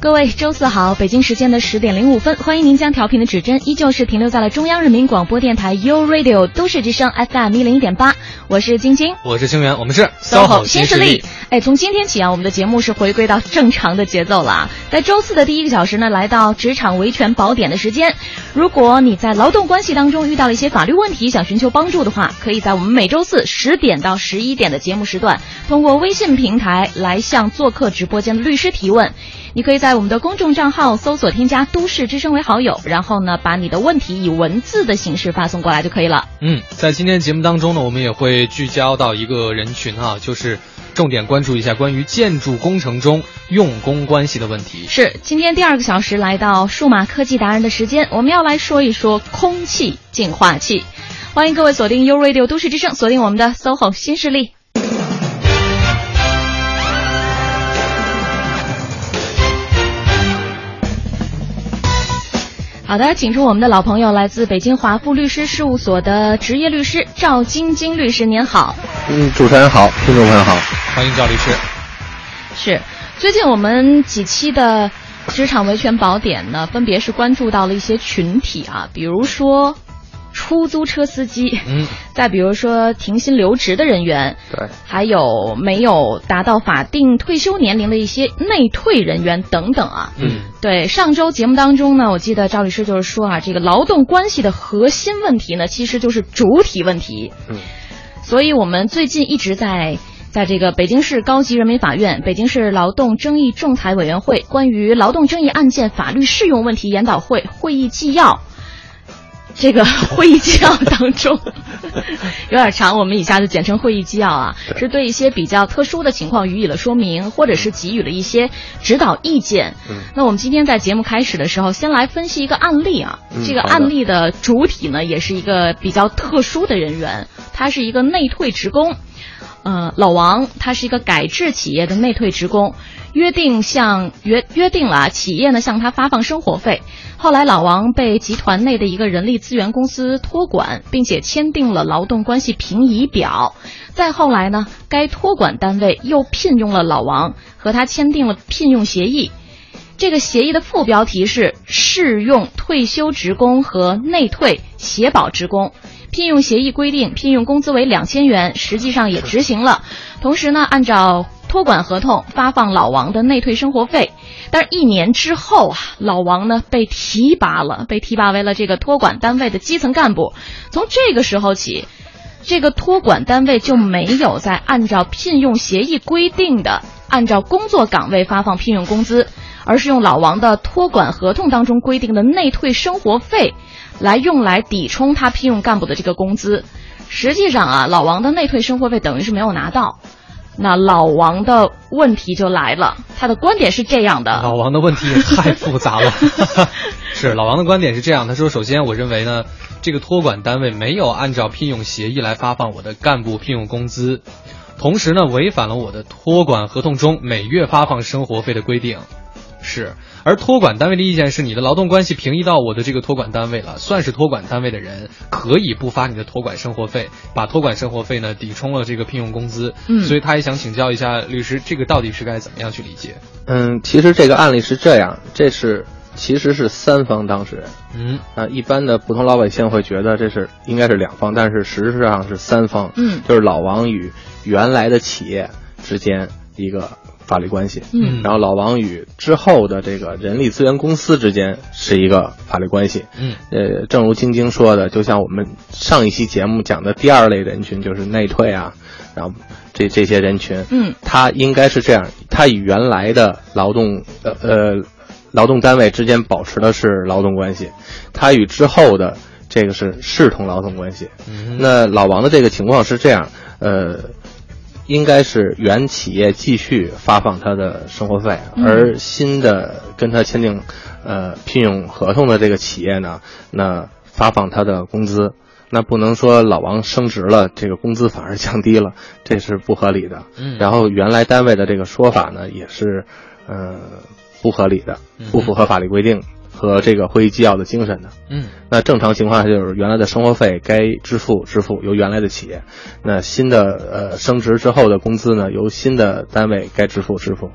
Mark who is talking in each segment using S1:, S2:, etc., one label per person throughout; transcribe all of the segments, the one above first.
S1: 各位周四好，北京时间的十点零五分，欢迎您将调频的指针依旧是停留在了中央人民广播电台 u Radio 都市之声 FM 一零一点八，我是晶晶。
S2: 我是清源，我们是
S1: SOHO 新势力。哎，从今天起啊，我们的节目是回归到正常的节奏了啊。在周四的第一个小时呢，来到职场维权宝典的时间。如果你在劳动关系当中遇到了一些法律问题，想寻求帮助的话，可以在我们每周四十点到十一点的节目时段，通过微信平台来向做客直播间的律师提问。你可以在我们的公众账号搜索添加“都市之声”为好友，然后呢，把你的问题以文字的形式发送过来就可以了。
S2: 嗯，在今天节目当中呢，我们也会聚焦到一个人群哈、就是重点关注一下关于建筑工程中用工关系的问题。
S1: 是，今天第二个小时来到数码科技达人的时间，我们要来说一说空气净化器。欢迎各位锁定 U Radio 都市之声，锁定我们的 SOHO 新势力。好的，请出我们的老朋友，来自北京华富律师事务所的职业律师赵晶晶律师，您好。
S3: 嗯，主持人好，听众朋友好。
S2: 欢迎赵律师。
S1: 是，最近我们几期的职场维权宝典呢，分别是关注到了一些群体啊，比如说出租车司机，
S2: 嗯，
S1: 再比如说停薪留职的人员，
S3: 对，
S1: 还有没有达到法定退休年龄的一些内退人员等等啊。
S2: 嗯，
S1: 对，上周节目当中呢，我记得赵律师就是说啊，这个劳动关系的核心问题呢，其实就是主体问题。
S3: 嗯，
S1: 所以我们最近一直在在这个北京市高级人民法院、北京市劳动争议仲裁委员会关于劳动争议案件法律适用问题研讨会会议纪要。这个会议纪要当中 有点长，我们以下就简称会议纪要啊，是对一些比较特殊的情况予以了说明，或者是给予了一些指导意见。
S3: 嗯
S1: 那我们今天在节目开始的时候，先来分析一个案例啊。
S3: 嗯
S1: 这个
S3: 好的
S1: 案例的主体呢，也是一个比较特殊的人员，他是一个内退职工。呃，老王他是一个改制企业的内退职工，约定向约约定了啊企业呢向他发放生活费。后来老王被集团内的一个人力资源公司托管，并且签订了劳动关系评议表。再后来呢，该托管单位又聘用了老王，和他签订了聘用协议。这个协议的副标题是适用退休职工和内退协保职工。聘用协议规定，聘用工资为两千元，实际上也执行了。同时呢，按照托管合同发放老王的内退生活费。但是，一年之后啊，老王呢被提拔了，被提拔为了这个托管单位的基层干部。从这个时候起，这个托管单位就没有再按照聘用协议规定的按照工作岗位发放聘用工资，而是用老王的托管合同当中规定的内退生活费来用来抵充他聘用干部的这个工资。实际上啊，老王的内退生活费等于是没有拿到。那老王的问题就来了，他的观点是这样的，
S2: 老王的问题也太复杂了。是，老王的观点是这样，他说：首先，我认为呢，这个托管单位没有按照聘用协议来发放我的干部聘用工资，同时呢，违反了我的托管合同中每月发放生活费的规定。是，而托管单位的意见是，你的劳动关系平移到我的这个托管单位了，算是托管单位的人，可以不发你的托管生活费，把托管生活费呢抵充了这个聘用工资。
S1: 嗯
S2: 所以他也想请教一下律师，这个到底是该怎么样去理解？
S3: 嗯，其实这个案例是这样，这是其实是三方当事人
S2: 嗯
S3: 啊。一般的普通老百姓会觉得这是应该是两方，但是实质上是三方。
S1: 嗯
S3: 就是老王与原来的企业之间一个法律关系，
S1: 嗯
S3: 然后老王与之后的这个人力资源公司之间是一个法律关系。
S2: 嗯
S3: 呃，正如晶晶说的，就像我们上一期节目讲的第二类人群，就是内退啊，然后这这些人群，
S1: 嗯，
S3: 他应该是这样，他与原来的劳动呃呃劳动单位之间保持的是劳动关系，他与之后的这个是视同劳动关系。
S2: 嗯
S3: 那老王的这个情况是这样，呃，应该是原企业继续发放他的生活费，
S1: 嗯
S3: 而新的跟他签订呃聘用合同的这个企业呢，那发放他的工资。那不能说老王升职了，这个工资反而降低了，这是不合理的。
S2: 嗯
S3: 然后原来单位的这个说法呢，也是，呃，不合理的
S2: 嗯，
S3: 不符合法律规定和这个会议纪要的精神的。
S2: 嗯
S3: 那正常情况下就是原来的生活费该支付支付由原来的企业，那新的呃升职之后的工资呢由新的单位该支付支付。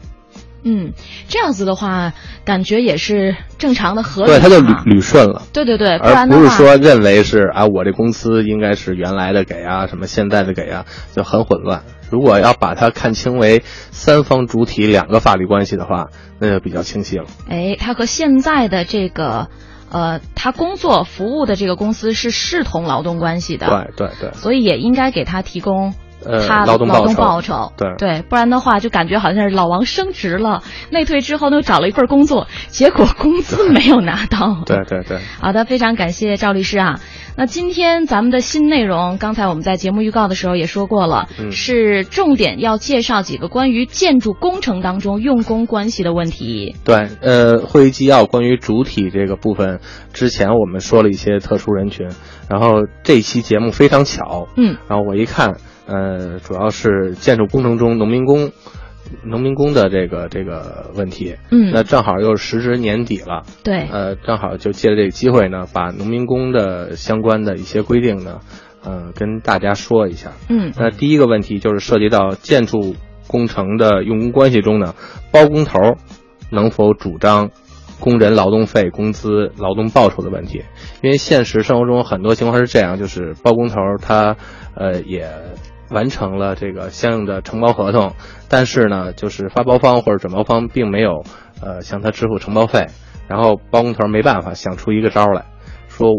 S1: 嗯，这样子的话，感觉也是正常的合理
S3: 对，他就
S1: 嘛
S3: 捋捋顺了。
S1: 对对对，不
S3: 而
S1: 然的
S3: 不是
S1: 话，
S3: 说认为是啊，我这公司应该是原来的给啊，什么现在的给啊，就很混乱。如果要把它看清为三方主体两个法律关系的话，那就比较清晰了。
S1: 哎，他和现在的这个，呃，他工作服务的这个公司是视同劳动关系的，
S3: 对对对，
S1: 所以也应该给他提供
S3: 呃
S1: 他
S3: 劳动报
S1: 劳动
S3: 酬
S1: 报酬。
S3: 对
S1: 不然的话就感觉好像是老王升职了， 内退之后呢又找了一份工作，结果工资没有拿到。
S3: 对对对，
S1: 好的，非常感谢赵律师啊。那今天咱们的新内容，刚才我们在节目预告的时候也说过了，
S3: 嗯
S1: 是重点要介绍几个关于建筑工程当中用工关系的问题。
S3: 对，呃，会议纪要关于主体这个部分，之前我们说了一些特殊人群，然后这期节目非常巧，
S1: 嗯，
S3: 然后我一看，呃，主要是建筑工程中农民工。农民工的这个这个问题，
S1: 嗯
S3: 那正好又是时值年底了，
S1: 对，
S3: 呃，正好就借着这个机会呢，把农民工的相关的一些规定呢，呃，跟大家说一下。
S1: 嗯
S3: 那第一个问题就是涉及到建筑工程的用工关系中呢，包工头儿能否主张工人劳动费、工资、劳动报酬的问题？因为现实生活中很多情况是这样，就是包工头儿他呃也完成了这个相应的承包合同，但是呢，就是发包方或者转包方并没有呃向他支付承包费，然后包工头儿没办法想出一个招儿来，说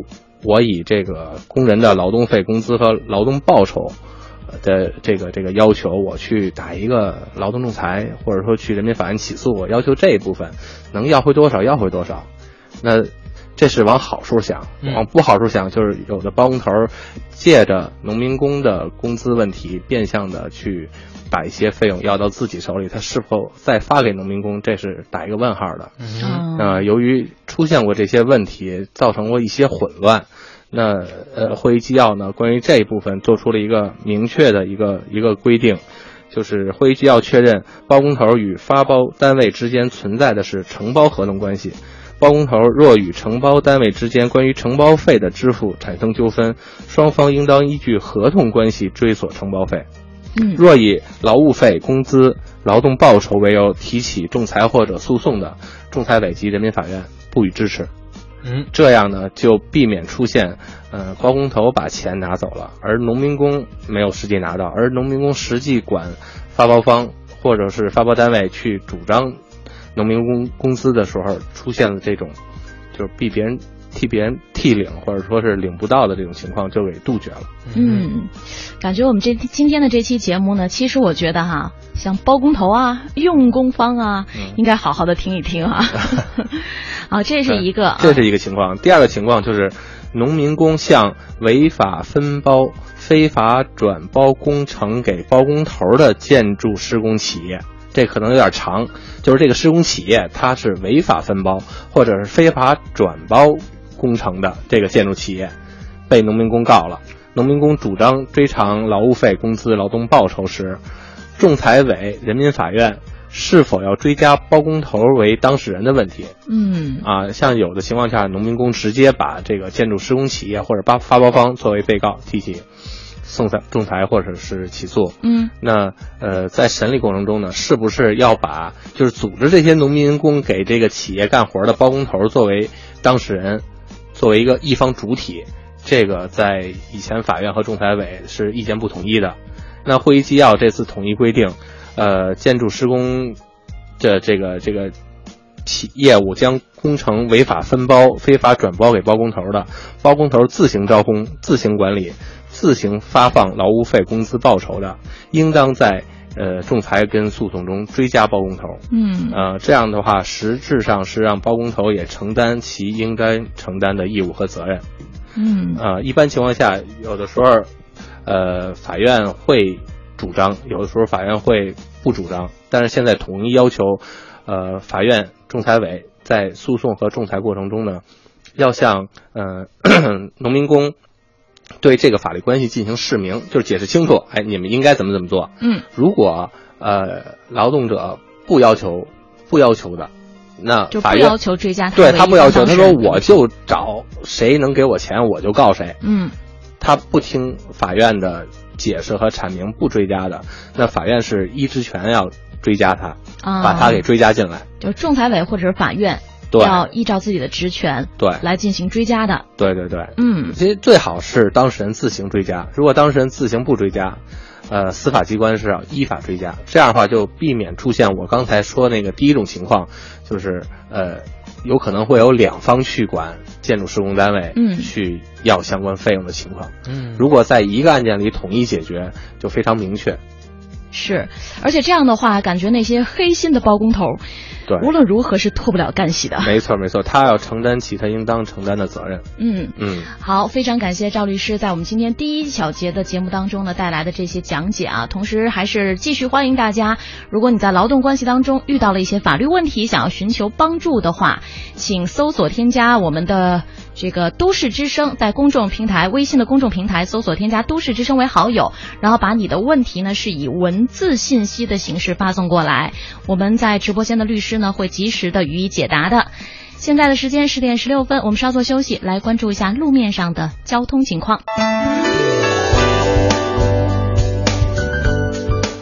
S3: 我以这个工人的劳动费、工资和劳动报酬。呃的这个这个要求，我去打一个劳动仲裁，或者说去人民法院起诉，我要求这一部分能要回多少要回多少。那这是往好处想，
S2: 嗯
S3: 往不好处想就是有的包工头儿借着农民工的工资问题，变相的去把一些费用要到自己手里，他是否再发给农民工，这是打一个问号的。
S2: 嗯哼
S1: 嗯
S3: 那由于出现过这些问题，造成过一些混乱，那呃，会议纪要呢，关于这一部分做出了一个明确的一个一个规定，就是会议纪要确认包工头与发包单位之间存在的是承包合同关系。包工头若与承包单位之间关于承包费的支付产生纠纷，双方应当依据合同关系追索承包费。
S1: 嗯
S3: 若以劳务费、工资、劳动报酬为由提起仲裁或者诉讼的，仲裁委及人民法院不予支持。
S2: 嗯
S3: 这样呢，就避免出现，呃，包工头把钱拿走了，而农民工没有实际拿到，而农民工实际管发包方或者是发包单位去主张农民工工资的时候，出现了这种，就是被别人替别人替领或者说是领不到的这种情况，就给杜绝了。
S1: 嗯，感觉我们这今天的这期节目呢，其实我觉得哈、像包工头啊、用工方啊，
S3: 嗯
S1: 应该好好的听一听 啊。啊，这是一个啊，
S3: 这是一个情况。第二个情况就是，农民工向违法分包、非法转包工程给包工头的建筑施工企业，这可能有点长，就是这个施工企业它是违法分包或者是非法转包工程的这个建筑企业，被农民工告了。农民工主张追偿劳务费、工资、劳动报酬时，仲裁委、人民法院是否要追加包工头为当事人的问题，
S1: 嗯
S3: 啊，像有的情况下，农民工直接把这个建筑施工企业或者发发包方作为被告提起仲裁、仲裁或者是起诉。
S1: 嗯
S3: 那呃，在审理过程中呢，是不是要把就是组织这些农民工给这个企业干活的包工头作为当事人，作为一个一方主体？这个在以前法院和仲裁委是意见不统一的。那会议纪要这次统一规定，呃，建筑施工的这个这个企业务将工程违法分包、非法转包给包工头的，包工头自行招工、自行管理、自行发放劳务费、工资报酬的，应当在呃仲裁跟诉讼中追加包工头。
S1: 嗯
S3: 呃，这样的话，实质上是让包工头也承担其应该承担的义务和责任。
S1: 嗯
S3: 啊，一般情况下，有的时候，呃，法院会主张，有的时候法院会不主张。但是现在统一要求，呃，法院、仲裁委在 诉讼和仲裁过程中呢，要向呃农民工对这个法律关系进行释明，就是解释清楚，哎，你们应该怎么怎么做。
S1: 嗯，
S3: 如果呃劳动者不要求不要求的，那
S1: 就
S3: 法
S1: 不
S3: 院
S1: 要求追加他
S3: 对
S1: 为
S3: 他不要求，
S1: 一
S3: 他
S1: 般当
S3: 说
S1: 事人
S3: 我就找谁能给我钱我就告谁，
S1: 嗯
S3: 他不听法院的解释和阐明不追加的，那法院是依职权要追加他，
S1: 啊，
S3: 把他给追加进来。
S1: 就是仲裁委或者是法院
S3: 对
S1: 要依照自己的职权
S3: 对
S1: 来进行追加的。
S3: 对对对，
S1: 嗯
S3: 其实最好是当事人自行追加，如果当事人自行不追加，呃，司法机关是要依法追加。这样的话就避免出现我刚才说那个第一种情况，就是呃，有可能会有两方去管建筑施工单位，
S1: 嗯
S3: 去要相关费用的情况。
S2: 嗯，
S3: 如果在一个案件里统一解决，就非常明确。
S1: 是，而且这样的话，感觉那些黑心的包工头，
S3: 对，
S1: 无论如何是脱不了干系的。
S3: 没错没错，他要承担起他应当承担的责任。
S1: 嗯。
S3: 嗯，
S1: 好，非常感谢赵律师在我们今天第一小节的节目当中呢带来的这些讲解啊，同时还是继续欢迎大家，如果你在劳动关系当中遇到了一些法律问题，想要寻求帮助的话，请搜索添加我们的这个都市之声，在公众平台微信的公众平台搜索添加都市之声为好友，然后把你的问题呢是以文字信息的形式发送过来，我们在直播间的律师呢会及时的予以解答的。现在的时间十点十六分，我们稍作休息，来关注一下路面上的交通情况。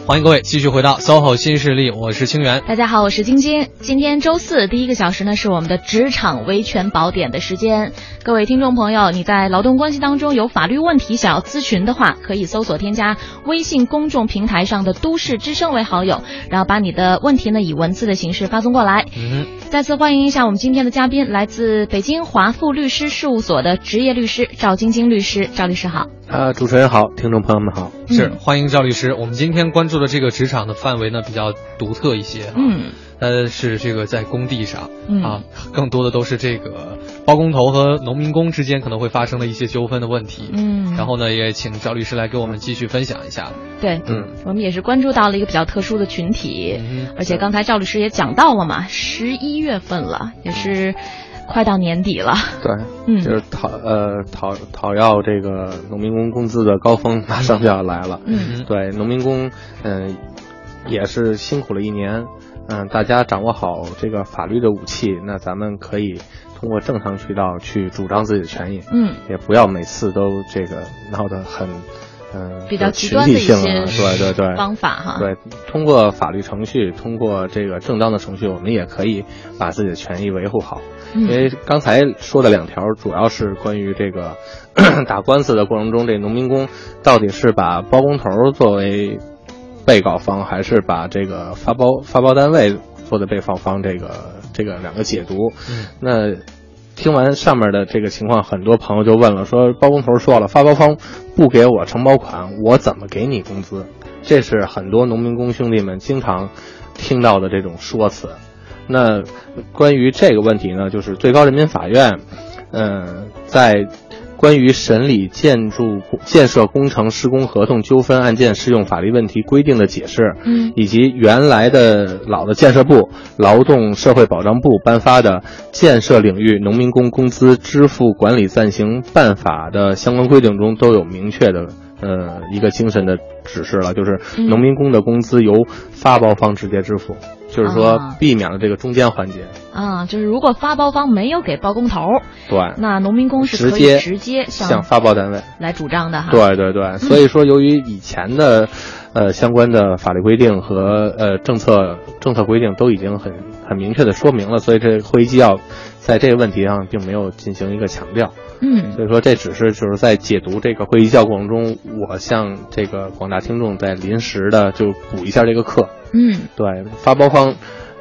S2: 欢迎各位继续回到 SOHO 新势力，我是清源。
S1: 大家好，我是晶晶。今天周四第一个小时呢，是我们的职场维权宝典的时间。各位听众朋友，你在劳动关系当中有法律问题想要咨询的话，可以搜索添加微信公众平台上的“都市之声”为好友，然后把你的问题呢以文字的形式发送过来。
S2: 嗯
S1: 再次欢迎一下我们今天的嘉宾，来自北京华富律师事务所的职业律师赵晶晶律师。赵律师好。
S3: 啊、主持人好，听众朋友们好。
S2: 哼，是
S1: 嗯
S2: 欢迎赵律师。我们今天关注的这个职场的范围呢比较独特一些，，
S1: 嗯
S2: 呃是这个在工地上
S1: 嗯
S2: 啊，更多的都是这个包工头和农民工之间可能会发生的一些纠纷的问题。
S1: 嗯，
S2: 然后呢，也请赵律师来给我们继续分享一下。
S1: 对，
S3: 嗯，
S1: 我们也是关注到了一个比较特殊的群体，
S2: 嗯哼
S1: 而且刚才赵律师也讲到了嘛，十一月份了，也是快到年底了，
S3: 对，
S1: 嗯
S3: 就是讨呃讨讨要这个农民工工资的高峰马上就要来了。
S1: 嗯
S3: 对，农民工嗯、也是辛苦了一年，嗯、大家掌握好这个法律的武器，那咱们可以通过正常渠道去主张自己的权益，
S1: 嗯，
S3: 也不要每次都这个闹得很嗯、
S1: 比较
S3: 有
S1: 极
S3: 群
S1: 端
S3: 体
S1: 的一
S3: 性啊，
S1: 些
S3: 对对对，
S1: 方法哈，
S3: 对，通过法律程序，通过这个正当的程序，我们也可以把自己的权益维护好。
S1: 嗯
S3: 因为哎刚才说的两条，主要是关于这个 打官司的过程中，这农民工到底是把包工头儿作为被告方，还是把这个发包发包单位做的被告方，这个这个两个解读。
S2: 嗯
S3: 那听完上面的这个情况，很多朋友就问了，说包工头说了，发包方不给我承包款，我怎么给你工资？这是很多农民工兄弟们经常听到的这种说辞。那关于这个问题呢，就是最高人民法院，嗯、在关于审理建筑建设工程施工合同纠纷案件适用法律问题规定的解释，
S1: 嗯
S3: 以及原来的老的建设部、劳动社会保障部颁发的《建设领域农民工工资支付管理暂行办法》的相关规定中都有明确的呃一个精神的指示了，就是
S1: 嗯
S3: 农民工的工资由发包方直接支付，就是
S1: 啊
S3: 说避免了这个中间环节。
S1: 啊，就是如果发包方没有给包工头，
S3: 对，
S1: 那农民工是
S3: 直
S1: 可以
S3: 接
S1: 直接
S3: 向
S1: 向
S3: 发包单位。
S1: 来主张的哈，，嗯
S3: 对对对，所以说由于以前的，呃相关的法律规定和呃政策政策规定都已经很很明确的说明了，所以这会议纪要在这个问题上并没有进行一个强调，
S1: 嗯
S3: 所以说这只是就是在解读这个会议纪要过程中，我向这个广大听众在临时的就补一下这个课。
S1: 嗯
S3: 对，发包方，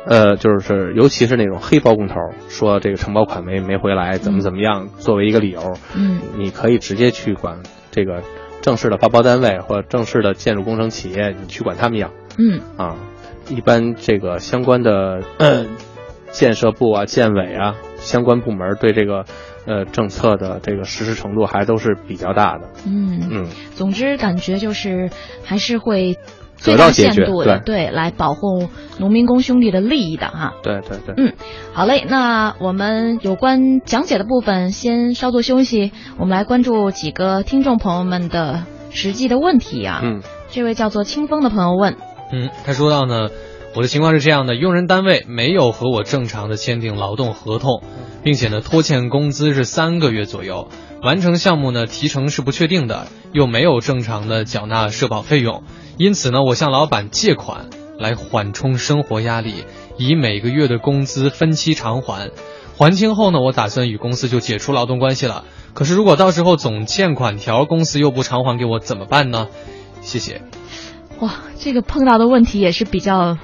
S3: 呃，就是尤其是那种黑包工头，说这个承包款没没回来，怎么怎么样，作为一个理由，
S1: 嗯，
S3: 你可以直接去管这个正式的发包单位或者正式的建筑工程企业，你去管他们要
S1: 嗯
S3: 啊。一般这个相关的、呃、建设部啊、建委啊相关部门对这个呃政策的这个实施程度还都是比较大的，
S1: 嗯，
S3: 嗯。
S1: 总之感觉就是还是会
S3: 得
S1: 最
S3: 到
S1: 大
S3: 解
S1: 限
S3: 决。
S1: 度的对来保护农民工兄弟的利益的哈。
S3: 对对对，
S1: 嗯，好嘞，那我们有关讲解的部分先稍作休息，我们来关注几个听众朋友们的实际的问题啊。
S3: 嗯，
S1: 这位叫做清风的朋友问，
S2: 嗯，他说到呢，我的情况是这样的，用人单位没有和我正常的签订劳动合同，并且呢拖欠工资是三个月左右，完成项目呢提成是不确定的，又没有正常的缴纳社保费用，因此呢我向老板借款来缓冲生活压力，以每个月的工资分期偿还。还清后呢，我打算与公司就解除劳动关系了。可是如果到时候总欠款条公司又不偿还给我怎么办呢？谢谢。
S1: 哇，这个碰到的问题也是比较。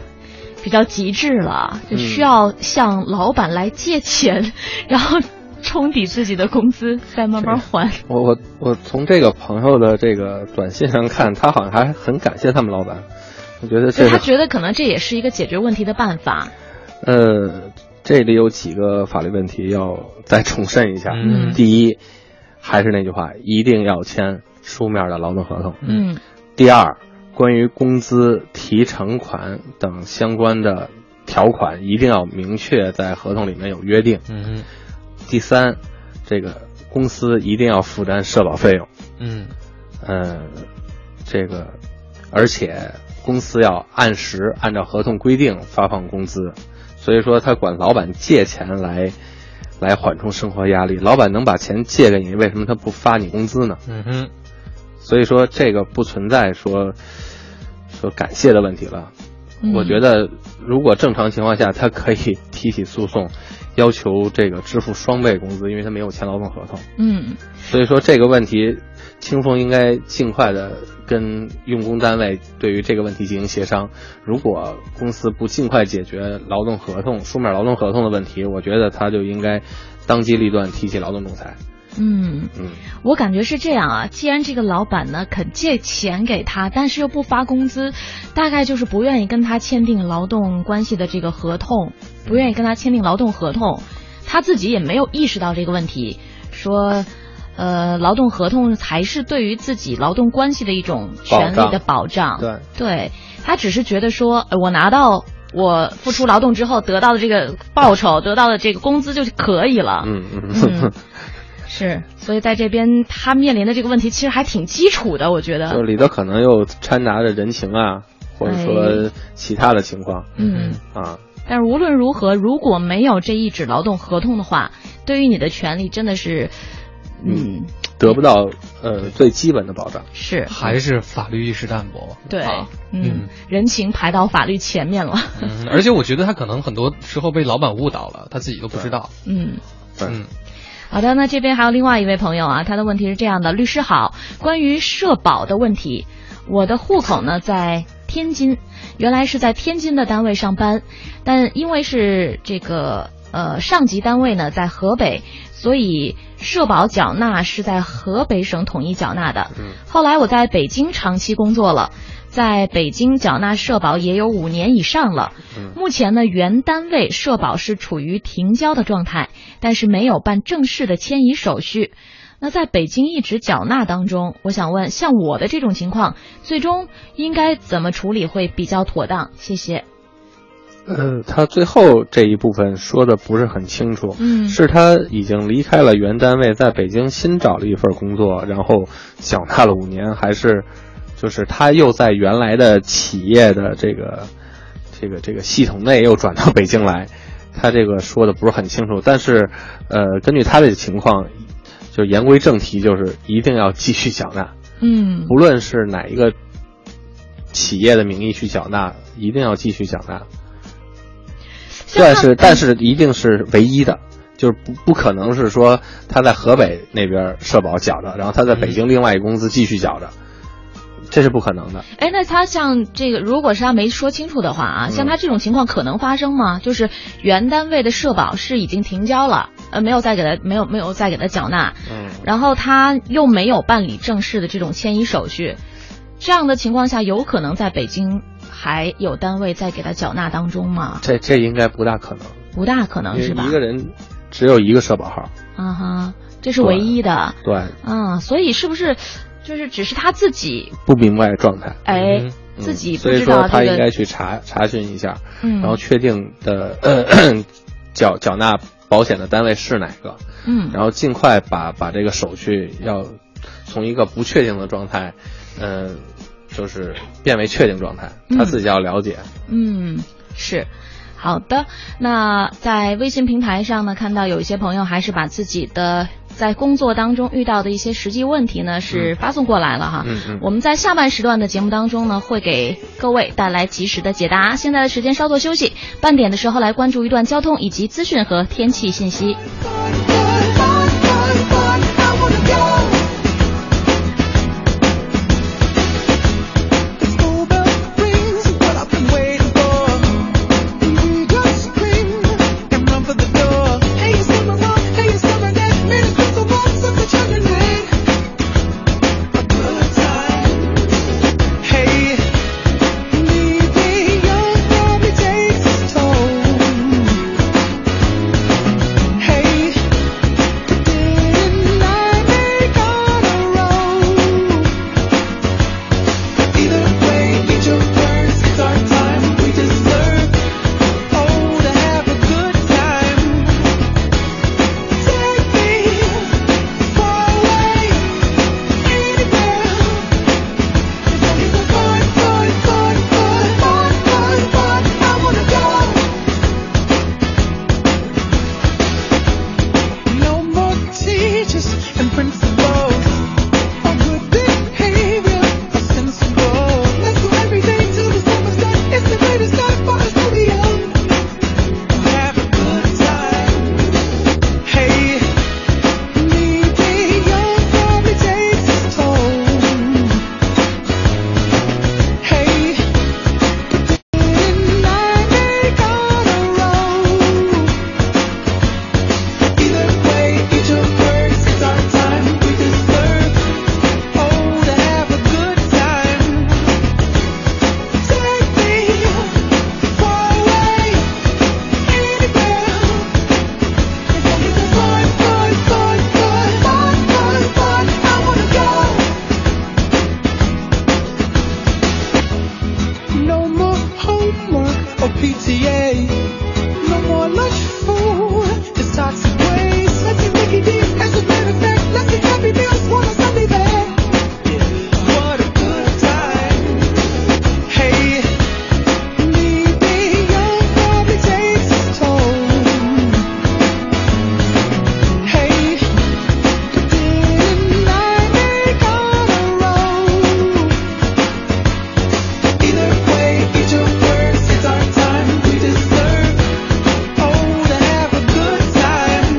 S1: 比较极致了，啊就需要向老板来借钱，
S3: 嗯
S1: 然后冲抵自己的工资，再慢慢还。
S3: 我我我从这个朋友的这个短信上看，他好像还很感谢他们老板，我觉得
S1: 所
S3: 这
S1: 以他
S3: 个
S1: 觉得可能这也是一个解决问题的办法。
S3: 呃，这里有几个法律问题要再重申一下。
S2: 嗯
S3: 第一，还是那句话，一定要签书面的劳动合同。
S1: 嗯
S3: 第二，关于工资、提成款等相关的条款，一定要明确在合同里面有约定。
S2: 嗯哼。
S3: 第三，这个公司一定要负担社保费用。
S2: 嗯
S3: 呃，这个，而且公司要按时按照合同规定发放工资，所以说他管老板借钱来，来缓冲生活压力。老板能把钱借给你，为什么他不发你工资呢？
S2: 嗯哼，
S3: 所以说这个不存在说说感谢的问题了。
S1: 嗯
S3: 我觉得如果正常情况下，他可以提起诉讼，要求这个支付双倍工资，因为他没有签劳动合同。
S1: 嗯，
S3: 所以说这个问题，清风应该尽快的跟用工单位对于这个问题进行协商。如果公司不尽快解决劳动合同、书面劳动合同的问题，我觉得他就应该当机立断提起劳动仲裁。
S1: 嗯，
S3: 嗯，
S1: 我感觉是这样啊。既然这个老板呢肯借钱给他，但是又不发工资，大概就是不愿意跟他签订劳动关系的这个合同，不愿意跟他签订劳动合同，他自己也没有意识到这个问题，说。呃，劳动合同才是对于自己劳动关系的一种权利的保障。
S3: 对，
S1: 对他只是觉得说，呃我拿到我付出劳动之后得到的这个报酬，得到的这个工资就可以了。
S3: 嗯嗯
S1: 嗯，是，所以在这边他面临的这个问题其实还挺基础的，我觉
S3: 就
S1: 得。
S3: 里头可能又掺杂着人情啊，或者说其他的情况
S1: 嗯，
S3: 啊。
S1: 但是无论如何，如果没有这一纸劳动合同的话，对于你的权利真的是，嗯，
S3: 得不到呃最基本的保障，
S1: 是
S2: 还是法律意识淡薄。
S1: 对
S2: 啊，嗯
S1: 嗯，人情排到法律前面了，
S2: 嗯，而且我觉得他可能很多时候被老板误导了，他自己都不知道。
S1: 嗯。
S3: 对
S2: 嗯
S1: 好的，那这边还有另外一位朋友啊，他的问题是这样的：律师好，关于社保的问题，我的户口呢在天津，原来是在天津的单位上班，但因为是这个呃上级单位呢在河北，所以社保缴纳是在河北省统一缴纳的。后来我在北京长期工作了，在北京缴纳社保也有五年以上了。目前呢，原单位社保是处于停交的状态，但是没有办正式的迁移手续。那在北京一直缴纳当中，我想问，像我的这种情况，最终应该怎么处理会比较妥当？谢谢。
S3: 呃，他最后这一部分说的不是很清楚，
S1: 嗯
S3: 是他已经离开了原单位，在北京新找了一份工作，然后缴纳了五年，还是就是他又在原来的企业的这个这个这个系统内又转到北京来？他这个说的不是很清楚，但是呃，根据他的情况，就言归正题，就是一定要继续缴纳，
S1: 嗯
S3: 不论是哪一个企业的名义去缴纳，一定要继续缴纳。但
S1: 嗯
S3: 是但是一定是唯一的，就是不不可能是说他在河北那边社保缴着，然后他在
S1: 嗯
S3: 北京另外一公司继续缴着，这是不可能的。
S1: 哎，那他像这个，如果是他没说清楚的话啊，
S3: 嗯
S1: 像他这种情况可能发生吗？就是原单位的社保是已经停交了，呃，没有再给他没有没有再给他缴纳，
S3: 嗯，
S1: 然后他又没有办理正式的这种迁移手续，这样的情况下，有可能在北京还有单位在给他缴纳当中吗？
S3: 这这应该不大可能，
S1: 不大可能啊是
S3: 因
S1: 吧
S3: 为一？个人只有一个社保号。
S1: 啊哈，这是唯一的
S3: 对，
S1: 啊，所以是不是就是只是他自己，
S3: 不明白状态，
S1: 哎
S2: 嗯，
S3: 嗯
S1: 自己不
S3: 所以
S1: 知
S3: 说
S1: 道
S3: 他
S1: 这
S3: 应该
S1: 个，
S3: 去查查询一下，
S1: 嗯，
S3: 然后确定的 呃缴缴纳保险的单位是哪个，
S1: 嗯，
S3: 然后尽快把把这个手续要从一个不确定的状态，呃，就是变为确定状态，
S1: 嗯
S3: 他自己要了解。
S1: 嗯，是。好的，那在微信平台上呢，看到有一些朋友还是把自己的在工作当中遇到的一些实际问题呢，是发送过来了哈。
S3: 嗯嗯
S1: 我们在下半时段的节目当中呢，会给各位带来及时的解答。现在的时间稍作休息，半点的时候来关注一段交通以及资讯和天气信息。
S4: Hey, didn't I make on a roll? Either way, eat your words. It's our time. We deserve oh to have a good time. Take me far away, anywhere. As long as we're going, going, going, going, going, going, going, I wanna go. No more teachers and principals. All good behavior is sensible. Let's do everything till the summer's done. It's the greatest time for us to be young. Have a good time. Hey, being young probably takes its toll. Hey, didn't I make on a roll? Either way, eat your words. It's our time. We deserve oh to have a good time. Take me far away, anywhere. As long as it's fun, fun, fun, fun, fun, fun, fun, I wanna go. No more homework or PTA. No more lunch food, this toxic waste. Let's eat Mickey D's as a matter of fact. Let's eat Happy Meals on a Sunday there. What a good time. Hey, me being young probably takes its toll. Hey, didn't I make on a roll? Either way, eat your words. It's our time. We deserve oh to have a good time.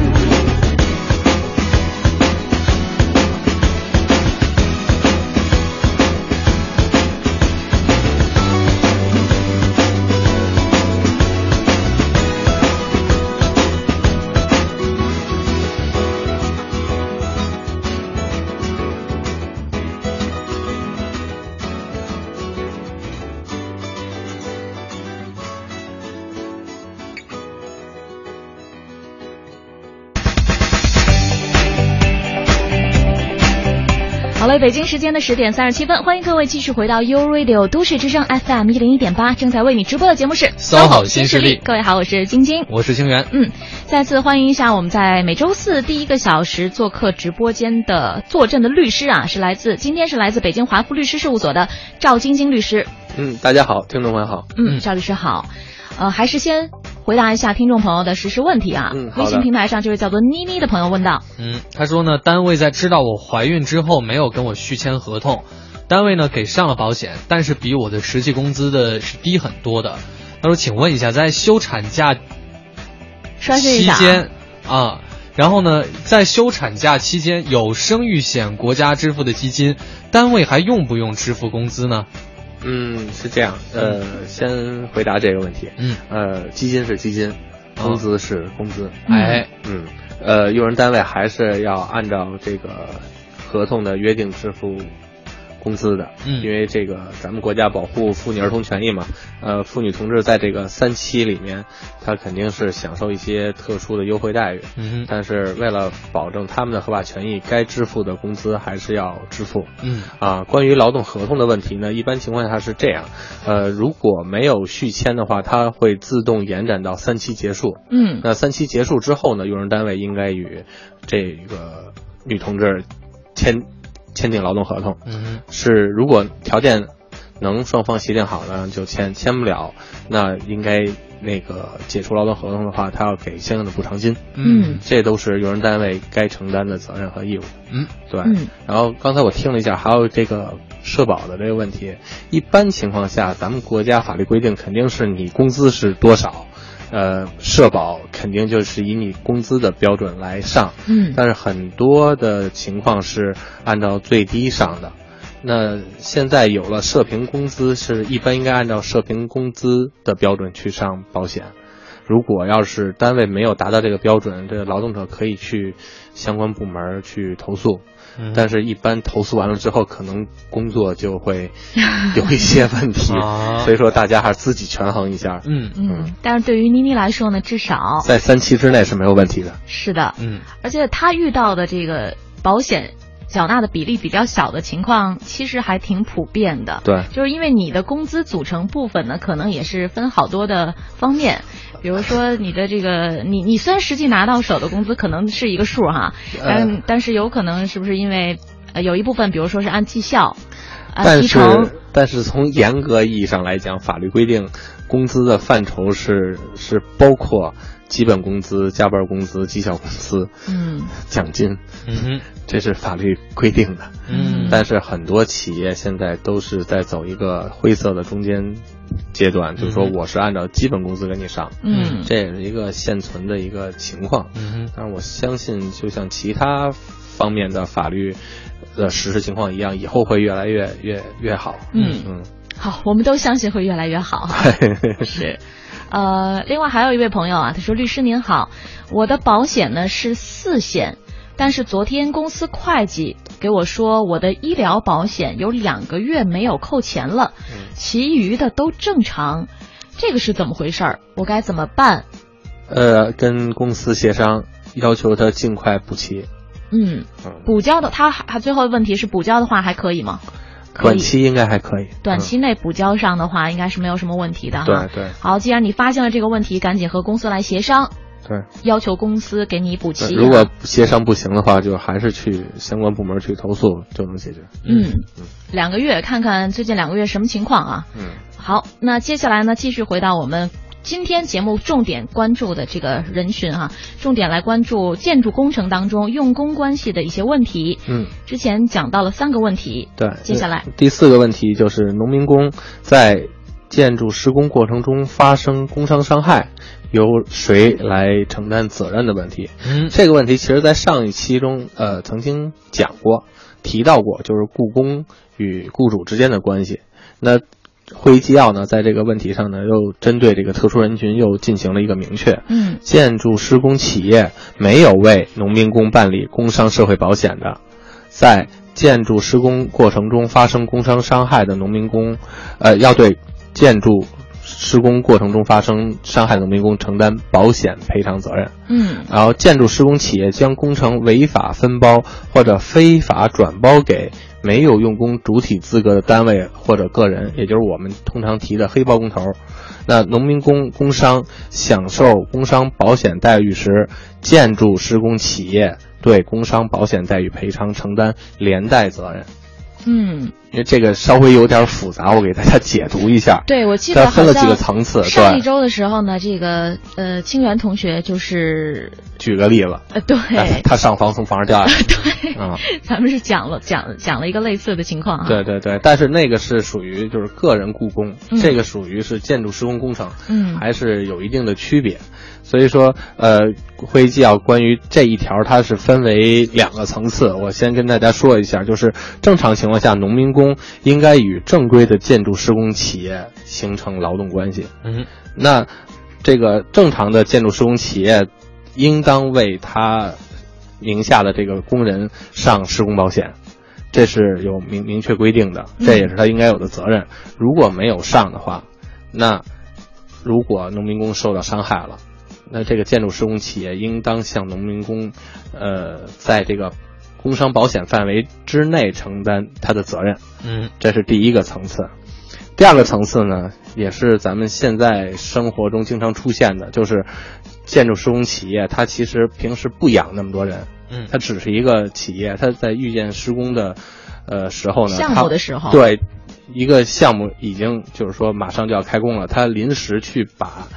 S1: 好嘞，北京时间的十点三十七分，欢迎各位继续回到 U Radio 都市之声 FM 一零一点八，正在为你直播的节目是《
S2: 搜好新势力
S1: 各位好，我是晶晶。
S2: 我是清源，
S1: 嗯，再次欢迎一下我们在每周四第一个小时做客直播间的坐镇的律师啊，是来自今天是来自北京华富律师事务所的赵晶晶律师。
S3: 嗯，大家好，听众朋友好。
S1: 嗯，
S2: 嗯
S1: 赵律师好。呃，还是先回答一下听众朋友的实时问题啊。
S3: 嗯好的
S1: 微信平台上这位叫做妮妮的朋友问到，
S2: 嗯，他说呢，单位在知道我怀孕之后没有跟我续签合同，单位呢给上了保险，但是比我的实际工资的是低很多的。他说，请问一下，在休产假
S1: 刷新一
S2: 期
S1: 下啊
S2: 间 啊，然后呢，在休产假期间有生育险国家支付的基金，单位还用不用支付工资呢？
S3: 嗯，是这样。呃，先回答这个问题。
S2: 嗯，
S3: 呃，基金是基金，工资是工资。
S1: 嗯
S2: 哎，
S3: 嗯，呃，用人单位还是要按照这个合同的约定支付工资的，
S2: 嗯
S3: 因为这个咱们国家保护妇女儿童权益嘛，呃，妇女同志在这个三期里面，她肯定是享受一些特殊的优惠待遇，
S2: 嗯哼
S3: 但是为了保证他们的合法权益，该支付的工资还是要支付。
S2: 嗯
S3: 啊，关于劳动合同的问题呢，一般情况下是这样，呃，如果没有续签的话，它会自动延展到三期结束。
S1: 嗯
S3: 那三期结束之后呢，用人单位应该与这个女同志签签订劳动合同。
S2: 嗯哼
S3: 是如果条件能双方协定好呢，就签；签不了，那应该那个解除劳动合同的话，他要给相应的补偿金。
S1: 嗯
S3: 这都是用人单位该承担的责任和义务。
S2: 嗯，
S3: 对。
S1: 嗯
S3: 然后刚才我听了一下，还有这个社保的这个问题。一般情况下，咱们国家法律规定肯定是你工资是多少，呃，社保肯定就是以你工资的标准来上。
S1: 嗯
S3: 但是很多的情况是按照最低上的。那现在有了社平工资，是一般应该按照社平工资的标准去上保险。如果要是单位没有达到这个标准，这个劳动者可以去相关部门去投诉。
S2: 嗯
S3: 但是，一般投诉完了之后，可能工作 就会有一些问题
S2: 啊，
S3: 所以说大家还是自己权衡一下，
S2: 嗯
S1: 嗯，但是对于妮妮来说呢，至少
S3: 在三期之内是没有问题的。
S1: 是的，
S2: 嗯
S1: 而且她遇到的这个保险缴纳的比例比较小的情况，其实还挺普遍的。
S3: 对，
S2: 啊
S1: 就是因为你的工资组成部分呢，可能也是分好多的方面，比如说你的这个，你你虽然实际拿到手的工资可能是一个数哈，但、
S3: 呃
S1: 但是有可能是不是因为、呃、有一部分，比如说是按绩效，按
S3: 但
S1: 提
S3: 是
S1: 成，
S3: 但是从严格意义上来讲，法律规定工资的范畴是是包括基本工资、加班工资、绩效工资、
S1: 嗯
S3: 奖金，
S2: 嗯哼
S3: 这是法律规定的。
S2: 嗯
S3: 但是很多企业现在都是在走一个灰色的中间阶段，就是说
S2: 嗯
S3: 我是按照基本工资给你上，
S1: 嗯
S3: 这也是一个现存的一个情况。
S2: 嗯哼
S3: 但是我相信，就像其他方面的法律的实施情况一样，以后会越来越越越好。
S1: 嗯
S3: 嗯，
S1: 好，我们都相信会越来越 好。是，呃，另外还有一位朋友啊，他说：“律师您好，我的保险呢是四险，但是昨天公司会计给我说，我的医疗保险有两个月没有扣钱了，
S3: 嗯
S1: 其余的都正常，这个是怎么回事儿？我该怎么办？
S3: 呃，跟公司协商，要求他尽快补齐。
S1: 嗯，
S3: 嗯，
S1: 补交的他还还最后问题是补交的话还可以吗？可
S3: 短
S1: 以，
S3: 期应该还可以。
S1: 短期内补交上的话应该是没有什么问题的
S3: 嗯
S1: 哈。
S3: 对对
S1: 好，既然你发现了这个问题，赶紧和公司来协商，
S3: 嗯对
S1: 要求公司给你补齐。啊
S3: 对，如果协商不行的话，就还是去相关部门去投诉，就能解决。
S1: 嗯，两个月看看最近两个月什么情况啊？
S3: 嗯，
S1: 好，那接下来呢，继续回到我们。今天节目重点关注的这个人群哈、重点来关注建筑工程当中用工关系的一些问题。
S3: 嗯，
S1: 之前讲到了三个问题，
S3: 对。
S1: 接下来
S3: 那第四个问题就是农民工在建筑施工过程中发生工伤伤害，由谁来承担责任的问题。
S2: 嗯
S3: 这个问题其实，在上一期中，呃，曾经讲过、提到过，就是雇工与雇主之间的关系。那会议纪要呢，在这个问题上呢，又针对这个特殊人群又进行了一个明确。
S1: 嗯
S3: 建筑施工企业没有为农民工办理工伤社会保险的，在建筑施工过程中发生工伤伤害的农民工，呃，要对建筑施工过程中发生伤害的农民工承担保险赔偿责任。
S1: 嗯
S3: 然后建筑施工企业将工程违法分包或者非法转包给没有用工主体资格的单位或者个人，也就是我们通常提的黑包工头。那农民工工伤享受工伤保险待遇时，建筑施工企业对工伤保险待遇赔偿承担连带责任。
S1: 嗯，
S3: 因为这个稍微有点复杂，我给大家解读一下。
S1: 对，我记
S3: 它
S1: 得
S3: 分
S1: 好
S3: 了几
S1: 像
S3: 个层次。
S1: 上一
S3: 对，
S1: 周的时候呢，这个呃清源同学就是
S3: 举个例子，
S1: 呃对，
S3: 他上房从房上掉下 来。对啊。
S1: 咱们是讲了讲讲了一个类似的情况啊。
S3: 对对对，但是那个是属于就是个人雇工，
S1: 嗯
S3: 这个属于是建筑施工工程，
S1: 嗯
S3: 还是有一定的区别。所以说，呃，会议纪要关于这一条，它是分为两个层次。我先跟大家说一下，就是正常情况下，农民工应该与正规的建筑施工企业形成劳动关系。
S2: 嗯
S3: 那这个正常的建筑施工企业，应当为他名下的这个工人上施工保险，这是有明明确规定的，这也是他应该有的责任。如果没有上的话，那如果农民工受到伤害了，那这个建筑施工企业应当向农民工，呃，在这个工伤保险范围之内承担他的责任。
S2: 嗯
S3: 这是第一个层次。第二个层次呢，也是咱们现在生活中经常出现的，就是建筑施工企业，它其实平时不养那么多人，
S2: 嗯
S3: 它只是一个企业，它在遇见施工的呃时候呢，
S1: 项
S3: 它
S1: 目的时候
S3: 对一个项目已经就是说马上就要开工了，它临时去把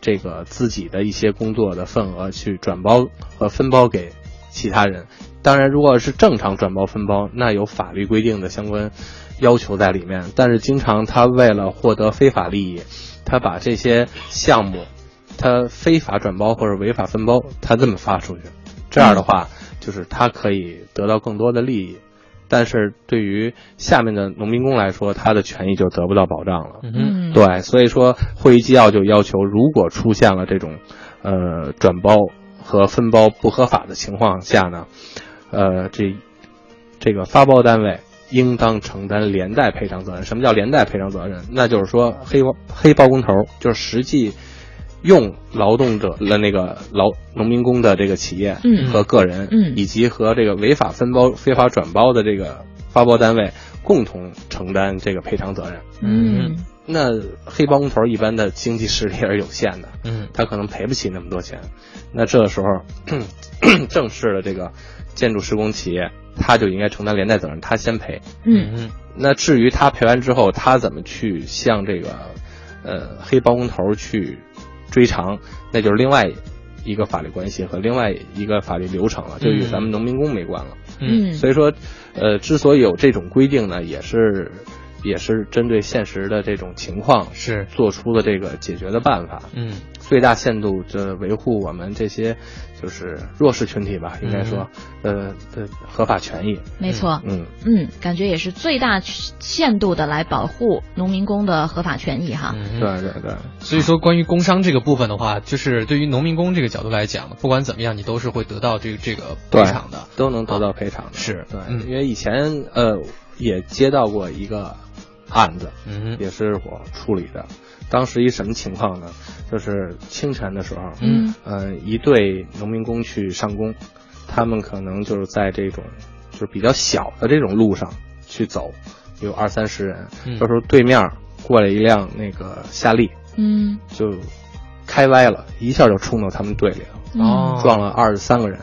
S3: 这个自己的一些工作的份额去转包和分包给其他人。当然，如果是正常转包分包，那有法律规定的相关要求在里面。但是，经常他为了获得非法利益，他把这些项目，他非法转包或者违法分包，他这么发出去，这样的话，就是他可以得到更多的利益。但是对于下面的农民工来说，他的权益就得不到保障了。
S2: 嗯哼
S1: 嗯，
S3: 对，所以说会议纪要就要求，如果出现了这种，呃，转包和分包不合法的情况下呢，呃，这这个发包单位应当承担连带赔偿责任。什么叫连带赔偿责任？那就是说黑包黑包工头儿就是实际用劳动者的那个劳农民工的这个企业
S1: 嗯
S3: 和个人，
S1: 嗯
S3: 以及和这个违法分包、非法转包的这个发包单位共同承担这个赔偿责任。
S1: 嗯
S3: 那黑帮工头一般的经济实力也是有限的，
S2: 嗯
S3: 他可能赔不起那么多钱。那这个时候， 正式的这个建筑施工企业，他就应该承担连带责任，他先赔。
S1: 嗯
S2: 嗯
S3: 那至于他赔完之后，他怎么去向这个呃黑帮工头去追偿，那就是另外一个法律关系和另外一个法律流程了，就与咱们农民工没关了。
S2: 嗯
S1: 嗯，
S3: 所以说，呃，之所以有这种规定呢，也是也是针对现实的这种情况
S2: 是
S3: 做出了这个解决的办法，
S2: 嗯
S3: 最大限度的维护我们这些就是弱势群体吧，
S2: 嗯
S3: 应该说，呃的合法权益。
S1: 没错，
S3: 嗯，
S1: 嗯，感觉也是最大限度的来保护农民工的合法权益哈。
S2: 嗯
S3: 对对对，
S2: 所以说，关于工伤这个部分的话，就是对于农民工这个角度来讲，不管怎么样，你都是会得到这个这个赔
S3: 对
S2: 偿的。
S3: 都能得到赔偿的。
S2: 是
S3: 对，
S2: 嗯
S3: 因为以前呃也接到过一个案子，
S2: 嗯
S3: 也是我处理的。当时一什么情况呢？就是清晨的时候，
S1: 嗯，
S3: 呃，一队农民工去上工，他们可能就是在这种就是比较小的这种路上去走，有二三十人。
S2: 嗯
S3: 这时候对面过来一辆那个夏利，
S1: 嗯
S3: 就开歪了，一下就冲到他们队里了。
S1: 嗯
S2: 哦，啊
S3: 撞了二十三个人，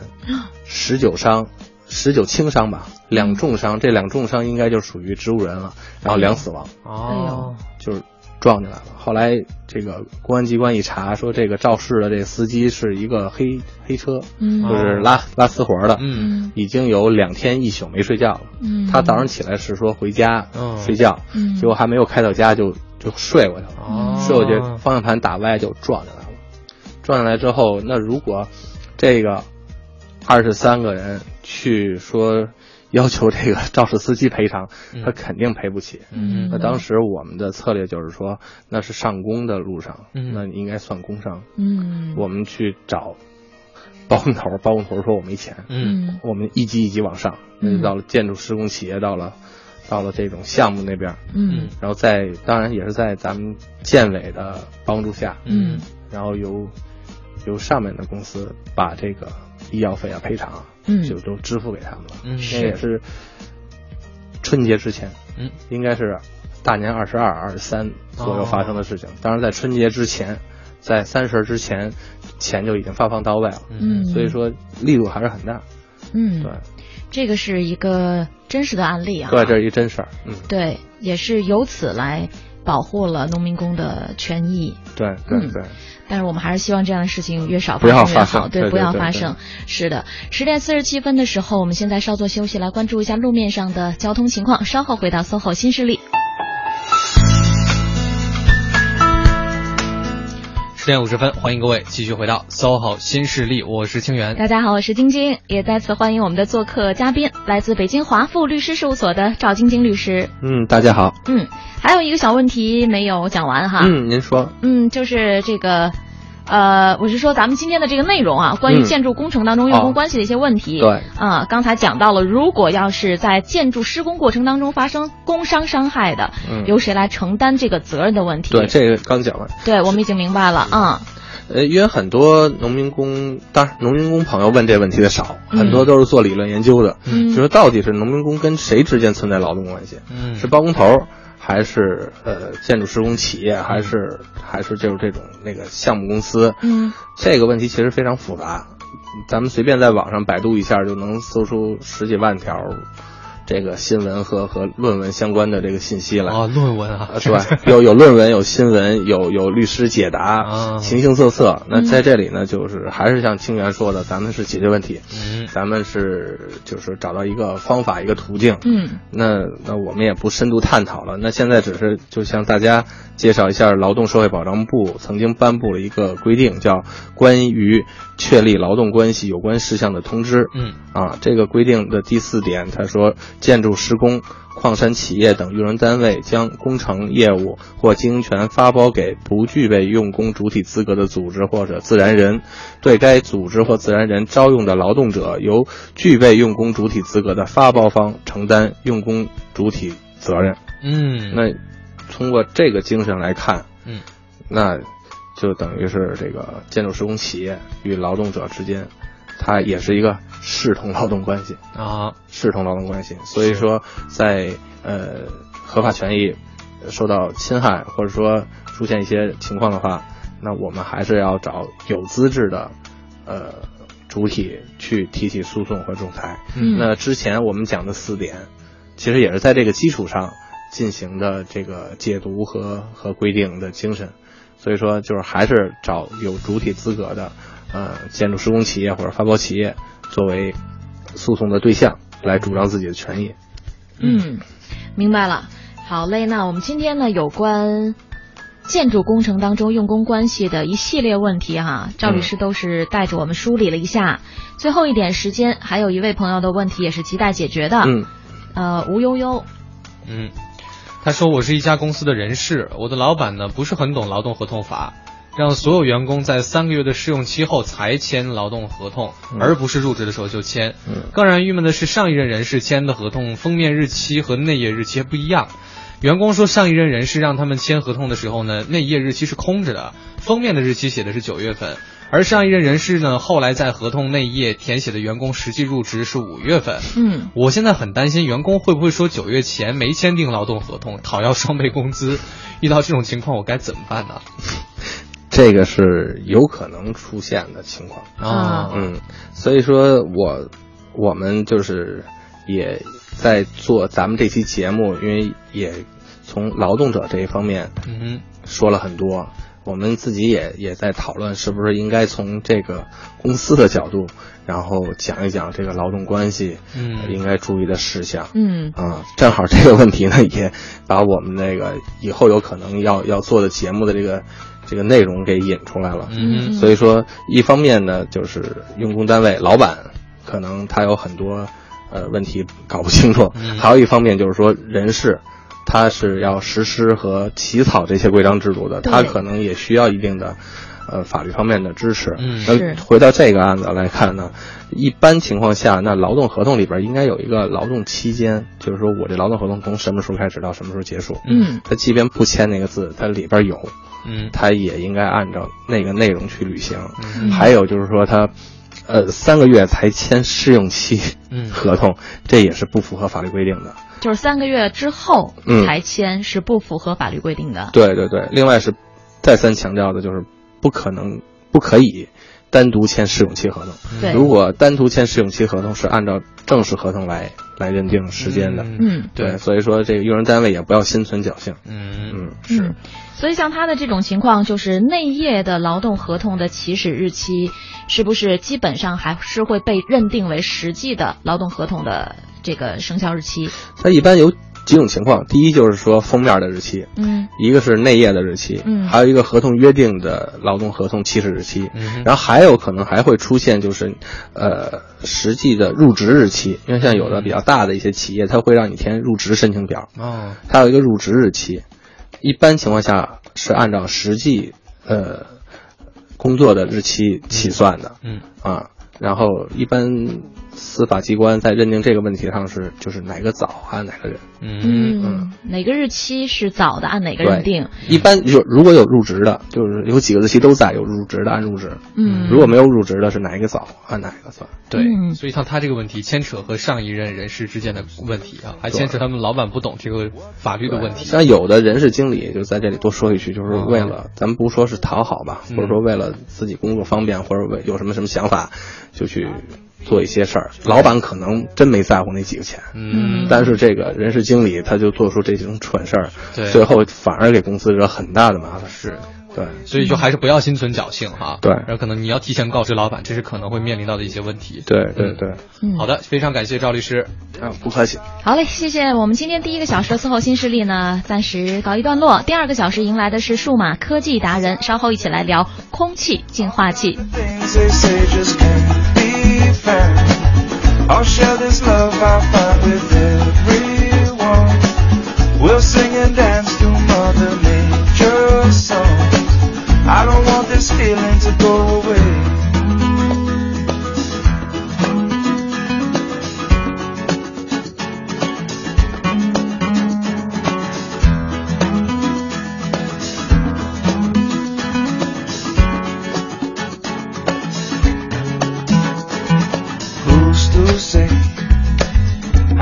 S3: 十九伤，十九轻伤吧，两重伤，这两重伤应该就属于植物人了，然后两死亡，
S2: 哦，
S3: 就是撞进来了。后来这个公安机关一查，说这个肇事的这司机是一个黑黑车，
S1: 嗯
S3: 就是拉拉私活的，
S2: 嗯
S1: 嗯
S3: 已经有两天一宿没睡觉了。
S1: 嗯，
S3: 他早上起来是说回家
S2: 嗯
S3: 睡觉
S1: 嗯，
S3: 结果还没有开到家就就睡过去了。
S2: 哦，
S3: 所以我觉得方向盘打歪就撞进来了。撞进来之后，那如果这个二十三个人去说要求这个肇事司机赔偿
S2: 嗯，
S3: 他肯定赔不起。
S2: 嗯
S3: 那当时我们的策略就是说，那是上工的路上，
S2: 嗯
S3: 那你应该算工伤。
S1: 嗯
S3: 我们去找包工头，包工头说我没钱，
S2: 嗯
S1: 嗯
S3: 我们一级一级往上，那就到了建筑施工企业，到了到了这种项目那边，
S1: 嗯
S3: 然后在当然也是在咱们建委的帮助下，
S1: 嗯
S3: 然后由由上面的公司把这个医药费啊赔偿啊，
S1: 嗯
S3: 就都支付给他们了。
S2: 嗯
S3: 那也是春节之前，
S2: 嗯，
S3: 应该是大年二十二、二十三左右发生的事情。当然，在春节之前，在三十之前，钱就已经发放到位了。
S1: 嗯，
S3: 所以说力度还是很大。
S1: 嗯，
S3: 对，
S1: 这个是一个真实的案例啊。
S3: 对，这是一真事儿。嗯，
S1: 对，也是由此来保护了农民工的权益。
S3: 对对
S1: 嗯
S3: 对，
S1: 但是我们还是希望这样的事情越少
S3: 不
S1: 越
S3: 要发
S1: 好，
S3: 生对
S1: 不
S3: 对
S1: 要
S3: 对
S1: 发
S3: 对
S1: 生。是的，十点四十七分的时候，我们现在稍作休息，来关注一下路面上的交通情况。稍后回到 SOHO 新势力。
S2: 十点五十分，欢迎各位继续回到 SOHO 新势力，我是清源。
S1: 大家好，我是晶晶，也再次欢迎我们的做客嘉宾，来自北京华富律师事务所的赵晶晶律师。
S3: 嗯，大家好。
S1: 嗯，还有一个小问题没有讲完哈。
S3: 嗯，您说，
S1: 嗯就是这个。呃，我是说咱们今天的这个内容啊，关于
S3: 嗯
S1: 建筑工程当中用工关系的一些问题。
S3: 对
S1: 啊、刚才讲到了，如果要是在建筑施工过程当中发生工伤伤害的，
S3: 嗯
S1: 由谁来承担这个责任的问题？
S3: 对，这个刚讲完。
S1: 对我们已经明白了啊、
S3: 呃，因为很多农民工，当然农民工朋友问这问题的少，
S1: 嗯
S3: 很多都是做理论研究的，
S1: 嗯
S3: 就说到底是农民工跟谁之间存在劳动关系？
S2: 嗯
S3: 是包工头儿，还是呃建筑施工企业，还是还是就是这种那个项目公司？
S1: 嗯，
S3: 这个问题其实非常复杂，咱们随便在网上百度一下就能搜出十几万条这个新闻和和论文相关的这个信息来。
S2: 哦，论文啊
S3: 啊，，是吧？有有论文，有新闻，有有律师解
S2: 啊嗯
S3: 答，形形色色。那在这里呢，就是还是像清源说的，咱们是解决问题，
S2: 嗯
S3: 咱们是就是找到一个方法，一个途径。
S1: 嗯，
S3: 那那我们也不深度探讨了。那现在只是就向大家介绍一下，劳动社会保障部曾经颁布了一个规定，叫《关于确立劳动关系有关事项的通知》。
S2: 嗯
S3: 啊，这个规定的第四点，他说，建筑施工、矿山企业等用人单位将工程业务或经营权发包给不具备用工主体资格的组织或者自然人，对该组织或自然人招用的劳动者，由具备用工主体资格的发包方承担用工主体责任。
S2: 嗯，
S3: 那通过这个精神来看，
S2: 嗯，
S3: 那就等于是这个建筑施工企业与劳动者之间，它也是一个视同劳动关系，
S2: 啊，
S3: 视同劳动关系。所以说在，呃合法权益受到侵害，或者说出现一些情况的话，那我们还是要找有资质的，呃。主体去提起诉讼和仲裁。
S1: 嗯
S3: 那之前我们讲的四点，其实也是在这个基础上进行的这个解读和和规定的精神。所以说，就是还是找有主体资格的，呃，建筑施工企业或者发包企业作为诉讼的对象来主张自己的权益。
S1: 嗯，明白了。好嘞，那我们今天呢有关建筑工程当中用工关系的一系列问题哈、
S3: 嗯
S1: 赵律师都是带着我们梳理了一下。最后一点时间，还有一位朋友的问题也是亟待解决的。
S3: 嗯，
S1: 呃，吴悠悠，
S2: 嗯，他说我是一家公司的人事，我的老板呢不是很懂劳动合同法，让所有员工在三个月的试用期后才签劳动合同，
S3: 嗯
S2: 而不是入职的时候就签。
S3: 嗯
S2: 更让人郁闷的是，上一任人事签的合同封面日期和内页日期还不一样。员工说，上一任人事让他们签合同的时候呢，内页日期是空着的，封面的日期写的是九月份，而上一任人事呢，后来在合同内页填写的员工实际入职是五月 份。
S1: 嗯
S2: 我现在很担心员工会不会说九月前没签订劳动合同，讨要双倍工资。 遇到这种情况，我该怎么办呢？
S3: 这个是有可能出现的情况。
S1: 啊
S3: 嗯，所以说我我们就是也在做咱们这期节目，因为也从劳动者这一方面
S2: 嗯
S3: 说了很多，我们自己也也在讨论是不是应该从这个公司的角度，然后讲一讲这个劳动关系，
S2: 嗯
S3: 呃应该注意的事项。
S1: 嗯
S3: 啊，正好这个问题呢， 也把我们那个以后有可能要要做的节目的这个这个内容给引出来了。
S2: 嗯
S3: 所以说，一方面呢，就是用工单位老板可能他有很多呃问题搞不清楚，
S2: 嗯
S3: 还有一方面就是说人事。他是要实施和起草这些规章制度的，
S1: 对
S3: 他可能也需要一定的，呃，法律方面的支持。
S2: 嗯
S1: 是
S3: 那回到这个案子来看呢，一般情况下，那劳动合同里边应该有一个劳动期间，就是说我这劳动合同从什么时候开始到什么时候结束。
S1: 嗯
S3: 他即便不签那个字，它里边有，
S2: 嗯
S3: 他也应该按照那个内容去履行。
S1: 嗯
S3: 还有就是说他，呃，三个月才签试用期
S2: 嗯
S3: 合同，这也是不符合法律规定的。
S1: 就是三个月之后
S3: 嗯
S1: 才签是不符合法律规定的。
S3: 对对对，另外是再三强调的就是不可能、不可以单独签试用期合同。
S1: 对，
S3: 如果单独签试用期合同，是按照正式合同来来认定时间的。
S2: 嗯
S1: 嗯
S3: 对，所以说这个用人单位也不要心存侥幸。
S2: 嗯
S3: 嗯，
S1: 嗯，所以像他的这种情况，就是内页的劳动合同的起始日期，是不是基本上还是会被认定为实际的劳动合同的这个生效日期？
S3: 它一般有几种情况，第一就是说封面的日期，
S1: 嗯
S3: 一个是内页的日期，
S1: 嗯
S3: 还有一个合同约定的劳动合同起始日期，
S2: 嗯
S3: 然后还有可能还会出现就是，呃，实际的入职日期，因为像有的比较大的一些企业，它会让你填入职申请表，
S2: 哦
S3: 它有一个入职日期，一般情况下是按照实际，呃，工作的日期起算的
S2: 嗯
S3: 啊。然后一般司法机关在认定这个问题上是就是哪个早按哪个人。
S2: 嗯
S1: 嗯，哪个日期是早的，按哪个人定？
S3: 一般有如果有入职的，就是有几个日期都在，有入职的按入职。
S1: 嗯
S3: 如果没有入职的是哪一个早按哪一个算。
S2: 对，
S1: 嗯
S2: 所以像他这个问题牵扯和上一任人事之间的问题啊，还牵扯他们老板不懂这个法律的问题。啊哦
S3: 像有的人事经理，就在这里多说一句，就是为了、咱们不说是讨好吧，
S2: 嗯
S3: 或者说为了自己工作方便，或者为有什么什么想法，就去做一些事儿。老板可能真没在乎那几个钱，
S2: 嗯，
S3: 但是这个人事经理他就做出这种蠢事儿，
S2: 对
S3: 最后反而给公司惹很大的麻烦。
S2: 是，
S3: 对，
S2: 所以就还是不要心存侥幸哈。
S3: 对
S2: 然后可能你要提前告知老板，这是可能会面临到的一些问题。
S3: 对对对，
S1: 嗯
S2: 好的，非常感谢赵律师。
S3: 啊，不客气。
S1: 好嘞，谢谢。我们今天第一个小时的伺候新势力呢，暂时告一段落。第二个小时迎来的是数码科技达人，稍后一起来聊空气净化器。
S4: Things they say just can't be fair. I'll share this love I find with everyone. We'll sing and dance to Mother Nature's songs. I don't want this feeling to go away. Who's to say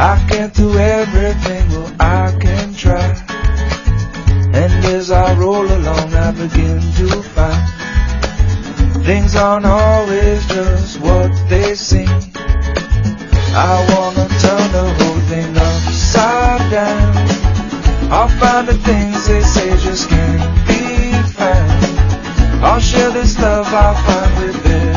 S4: I can't do everything? Well, I can try. And as I roll along, I begin to find things aren't always just what they seem. I wanna turn the whole thing upside down. I'll find the things they say just can't be found. I'll share this love I find with them.